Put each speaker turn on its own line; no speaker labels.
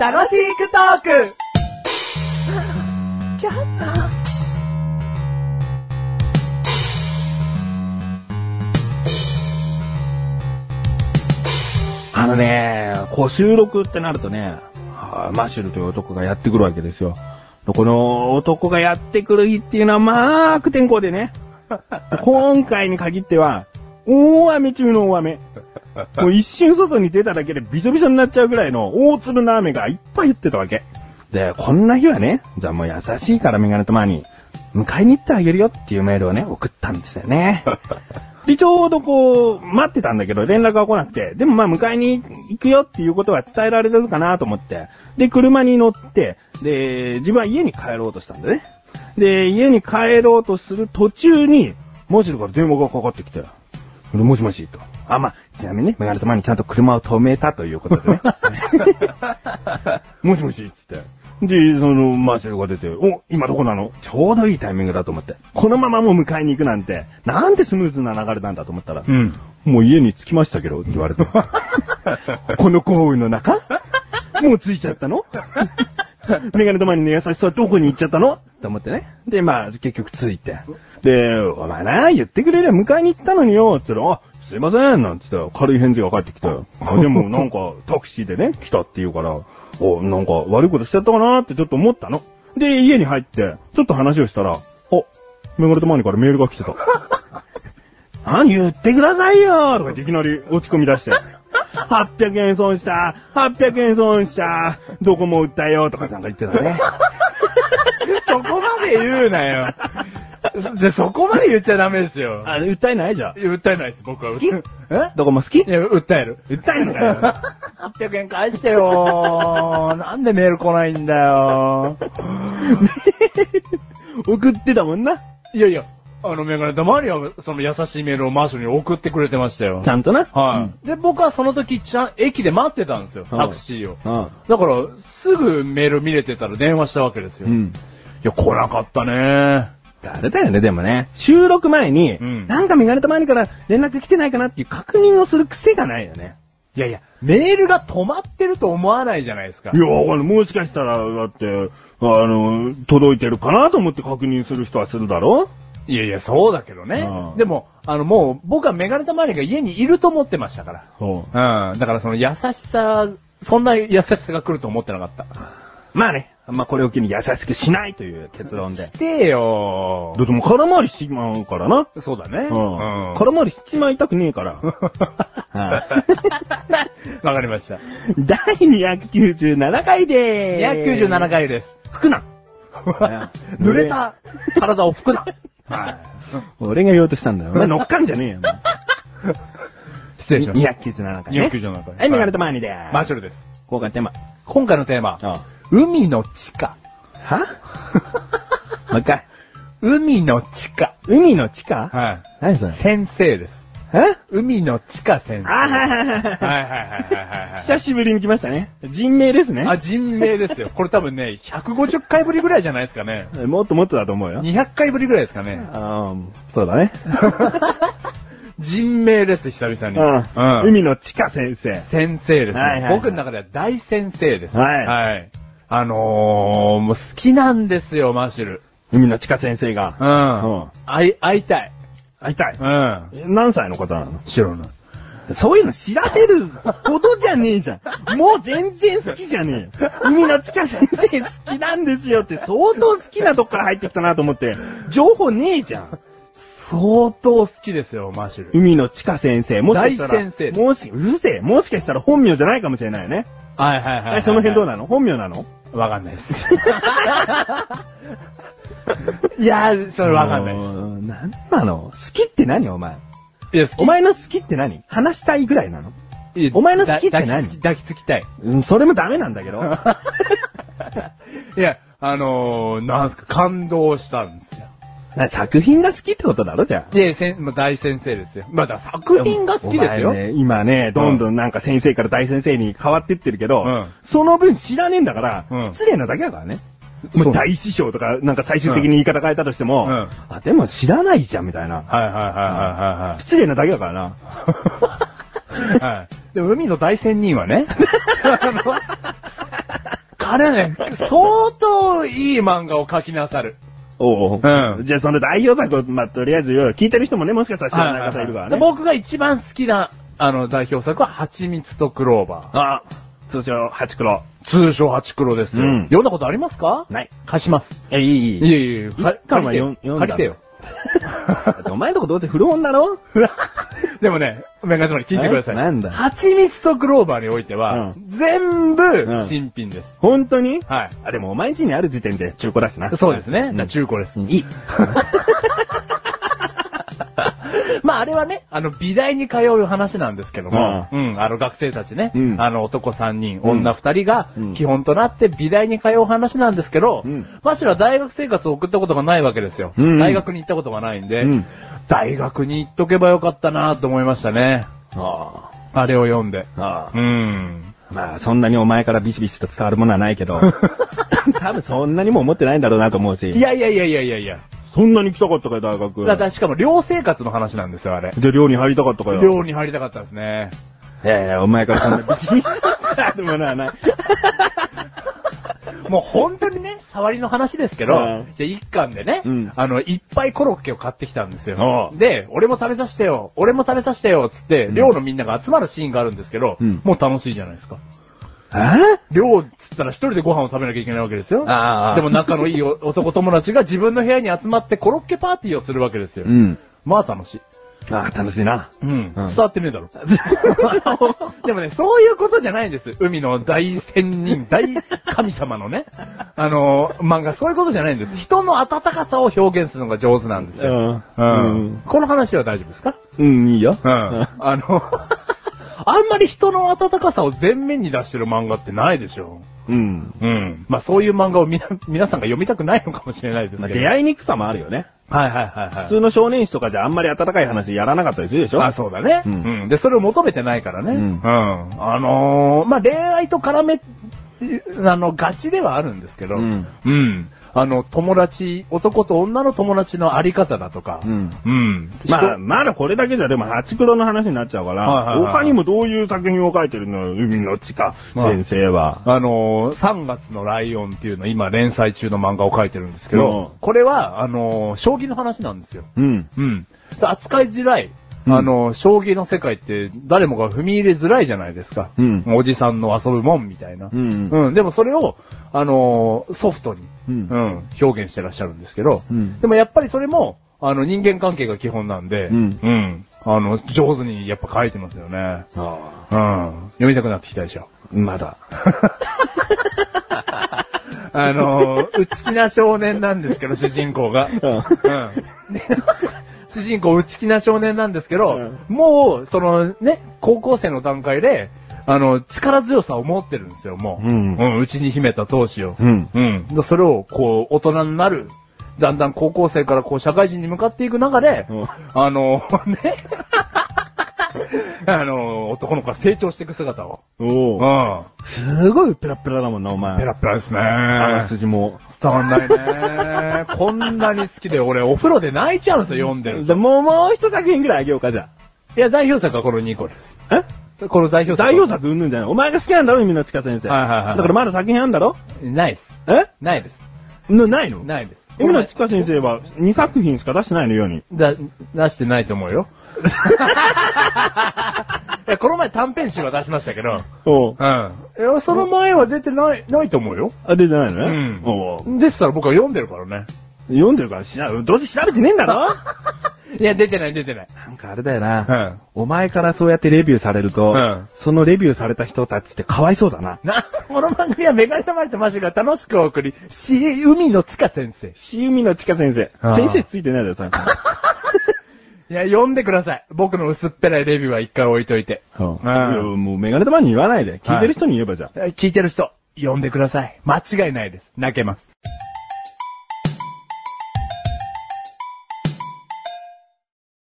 楽しくトーク
あのね、こう収録ってなるとね、あーマッシュルという男がやってくるわけですよ。でこの男がやってくる日っていうのはまあ悪天候でね、 今回に限っては、大雨中の大雨。もう一瞬外に出ただけでびしょびしょになっちゃうぐらいの大粒の雨がいっぱい降ってたわけ。で、こんな日はね、じゃあもう優しいからメガネとマに、迎えに行ってあげるよっていうメールをね、送ったんですよね。で、ちょうどこう、待ってたんだけど、連絡が来なくて、でもまあ、迎えに行くよっていうことは伝えられてるかなと思って、で、車に乗って、で、自分は家に帰ろうとしたんだね。で、家に帰ろうとする途中に、マジルから電話がかかってきて、でもしもし、と。あ、まあ、ちなみにね、メガネと前にちゃんと車を止めたということでね。もしもし、つって。で、その、マーシャルが出て、お、今どこなのちょうどいいタイミングだと思って。このままもう迎えに行くなんて、なんてスムーズな流れなんだと思ったら、
ん。
もう家に着きましたけど、って言われて。この豪雨の中もう着いちゃったの メガネ玉にの優しさはどこに行っちゃったのと思ってね。で、まあ、結局着いて。で、お前な、言ってくれりゃ迎えに行ったのによ、つったら、あ、すいません、なんつって、軽い返事が返ってきて、あで もなんか、タクシーでね、来たって言うから、お、なんか、悪いことしちゃったかなってちょっと思ったの。で、家に入って、ちょっと話をしたら、お、メガネ玉にからメールが来て た。何言ってくださいよとかっていきなり落ち込み出して。800円損した !800 円損したどこも売ったよとかなんか言ってたね。
そこまで言うなよ。じゃ、そこまで言っちゃダメですよ。
あ、訴えないじゃん
い。や訴えないです、僕は。
き
訴え
どこも好き
えいや、訴える。
訴えんのかよ。
800円返してよなんでメール来ないんだよ
送ってたもんな。ち
いやいや、あのメガネたまには、その優しいメールをマーシュに送ってくれてましたよ。
ゃんとな。
はい。で、僕はその時、ちゃん、駅で待ってたんですよ、タクシーを。
うん。
だから、すぐメール見れてたら電話したわけですよ。
う
い
ん。
や、来なかったね
あれだよね、でもね。収録前に、
うん
なんかメガネたまにから連絡来てないかなっていう確認をする癖がないよね。
いやいや、メールが止まってると思わないじゃないですか
い。や、わかんない。もしかしたら、だって、あの、届いてるかなと思って確認する人はするだろ
いやいや、そうだけどね
うん。
でも、あの、もう、僕はメガネたまりが家にいると思ってましたから。
そう。
うん。だからその優しさ、そんな優しさが来ると思ってなかった。
まあね、まあこれを機に優しくしないという結論で
し。てよ
だってもう空回りしてまうからな。
そうだね。
うん。
わ
空回りしちまいたくねえから。 はい
かりました。
第297回でーす。
297。回です。
吹くな。
濡れた体を拭くな。
俺が言おうとした んだよ。お前乗っかんじゃねえよ。
失礼しました。
297回ね。
297回。
はい、メガネとマーニーで
マ
ー
ー
す。
シュルです。
交換テーマ。
今回のテーマ、
は
海の地下。
もう一回。
海の地下。
海の地下
は
何そ
い。先生です。
え
海の地下先生。
あはいはいはいはい。
はいはいはいはいはい。
久しぶりに来ましたね。人名ですね。
あ、人名ですよ。これ多分ね、150回ぶりぐらいじゃないですかね。
もっともっとだと思うよ。
200回ぶりぐらいですかね。
あーそうだね。
人名です、久々に。
うん。
うん。
海の地下先生。
先生ですね、
はいはいはい
僕の中では大先生です。
はい
はい。あのー、もう好きなんですよ、マーシュル。
海の地下先生が。
うん。
うん
会い、会いたい。
会いたい。
うん。
何歳の方なの
知らない。
そういうの知らせることじゃねえじゃ ん。もう全然好きじゃねえよ。海の地下先生好きなんですよって相当好きなとこから入ってきたなと思って、情報ねえじゃん。
相当好きですよ、マーシュル。
海の地下先生。もしかしたら、
大先生
もし、うるせえ。もしかしたら本名じゃないかもしれないよね。
はいはいはい、は。
はいい、その辺どうなの本名なの
のわかんないです。いやー、それわかんないです。
す。なんなの好きって何お前。
いや、好き
お前の好きって何話したいぐらいなの
いや
お前の好きって何
抱き抱きつきたい。
うん、それもダメなんだけど。
いや、あのー、なんすか、感動したんですよ。
な作品が好きってことだろじゃあ。
いや、せんまあ、大先生ですよ。まあだから作品が好きですよ。
お前ね今ね、どんどんなんか先生から大先生に変わってってるけど、
うん
その分知らねえんだから、
うん
失礼なだけだからね。
そう
もう大師匠とか、なんか最終的に言い方変えたとしても、
うんうん
あ、でも知らないじゃんみたいな。
はいはいはいはいはいはい。
失礼なだけだからな。
でも海の大仙人は ね、あの彼ね、相当いい漫画を描きなさる。
おう
うん
じゃあその代表作を、まあ、とりあえず言うよ聞いてる人もね、もしかしたら知らない方いるから
で
ね。
僕が一番好きな、あの、代表作は、蜂蜜とクローバ
あ、通称、ハチクロ。
ー。通称蜂クロですよ。
うん
読んだことありますか
ない。
貸します。
え、いい、いい。
いやいやいや、は
一巻
借
は読ん
りてよ。
読んだ
借りてよ。
だ ってお前のとこどうせ古本だろ
でもね、メガネまり聞いてください。
えなんだ
蜂蜜とクローバーにおいては、
う
全
う
部
ん
新品です。
本当に
はい。
あ、でもお前ん家にある時点で中古だしな。
そうですね。
うん
だから中古です。
いい。
まああれはね、あの、美大に通う話なんですけども、うん、あの学生たちね、
うん
あの男3人、
うん
女2人が
うん
基本となって美大に通う話なんですけど、
うん
マシは大学生活を送ったことがないわけですよ。
うんうん
大学に行ったことがないんで、
うん
大学に行っとけばよかったなと思いましたね。
あ
あれを読んで。
あ。ああ
う。ん。
まあ、そんなにお前からビシビシと伝わるものはない けど、多分そんなにも思ってないんだろうなと思うし。
い、やいやいやいやいやいや。
そんなに来たかったかよ、大学
だからしかも寮生活の話なんですよ、あれ。
で、寮に入りたかったかよ。
寮に入りたかったですね。
いやいや、お前からそんなビシビシと伝わるものは ない。
もう本当にね、触りの話ですけど、
うん
じゃあ一巻でね、
うん
あの、いっぱいコロッケを買ってきたんですよ
お。う
で、俺も食べさせてよ、俺も食べさせてよ、つって、
ん
寮のみんなが集まるシーンがあるんですけど、
うん
もう楽しいじゃないですか。
え
寮っつったら一人でご飯を食べなきゃいけないわけですよ。
ああ
でも仲のいいお 男友達が自分の部屋に集まってコロッケパーティーをするわけですよ。
うん。
まあ楽しい。
ああ、楽しいな。
うん。伝
うん
わってねえだ ろ。でもね、そういうことじゃないんです。海の大仙 人、大神様のね、あの、漫画、そういうことじゃないんです。人の温かさを表現するのが上手なんですよ。
うん
うんこの話は大丈夫ですか
うん、いいよ。
あの、 あんまり人の温かさを前面に出してる漫画ってないでしょ。
うん。
うん。まあそういう漫画をみな、皆さんが読みたくないのかもしれないです
まあ、
けど。
出会いにくさもあるよね。
はいはいはいはい。
普通の少年誌とかじゃあんまり温かい話やらなかったりするでしょ
あ、そうだね、う。
うんん
で、それを求めてないからね。う。
うんん
あのー、まあ、恋愛と絡め、あの、ガチではあるんですけど、
うん
うんあの、友達、男と女の友達のあり方だとか、
うん
うん。
まあ、
人
まだこれだけじゃ、でも、ハチクロの話になっちゃうから、
はいはいはい
他にもどういう作品を書いてるの海の地下、
まあ
先生は。
あのー、3月のライオンっていうの、今連載中の漫画を描いてるんですけど、
うん
これは、あのー、将棋の話なんですよ。
うん。
うん。扱いづらい。
うん
あの、将棋の世界って誰もが踏み入れづらいじゃないですか。
うん
おじさんの遊ぶもんみたいな。
うん
でもそれを、あのーソフトに、
うん
うん表現してらっしゃるんですけど、
うん
でもやっぱりそれも、あの、人間関係が基本なんで、
うん
うんあの、上手にやっぱ書いてますよね。
あ
うん。読みたくなってきたでしょ。
あ、まだ。
あのー、内気な少年なんですけど、主人公が。うん。で主人公、内気な少年なんですけど、もう、そのね、高校生の段階で、あの、力強さを持ってるんですよ、もう。
うん
うん、内に秘めた闘志を。
うん
うん。でそれを、こう、大人になる。だんだん高校生からこう、社会人に向かっていく中で、
うん
あの、ね、 あの、男の子が成長していく姿を。
お
う
お。
ん。
すごいペラペラだもんな、お前。
ペラペラですね。
あの筋も。
伝わんないね。こんなに好きで、俺お風呂で泣いちゃうんですよ、読んでると。
でもう、もう一作品ぐらいあげようか、じゃ
いや、代表作はこの2個です。
あ。え
この代表作。
代表作うんぬんじゃないお前が好きなんだろ、海の地下先生。
はいはいはい
だからまだ作品あんだろ
ないです。
え
ないです。
なないの
ないです。
海の地下先生は2作品しか出してないのように。
だ、出してないと思うよ。 いや、この前短編集は出しましたけど。
おう
うん。いや、その前は出てない、ないと思うよ。
あ、出てないのね。
うん
おう
ですから僕は読んでるからね。
読んでるからしな、どうせ調べてねえんだろ
いや、出てない、出てない。
なんかあれだよな。
うん
お前からそうやってレビューされると、
うん
そのレビューされた人たちってかわいそうだな。
な、この番組はメガネたまりとマシュが楽しくお送り、し、海の地下先生。
しうみのちか先生。
ああ
先生ついてないだよ、さ。
いや、読んでください。僕の薄っぺらいレビューは一回置いといて。
うんいや
うん
もうメガネ玉に言わないで。聞いてる人に言えばじゃあ。
聞いてる人、読んでください。間違いないです。泣けます。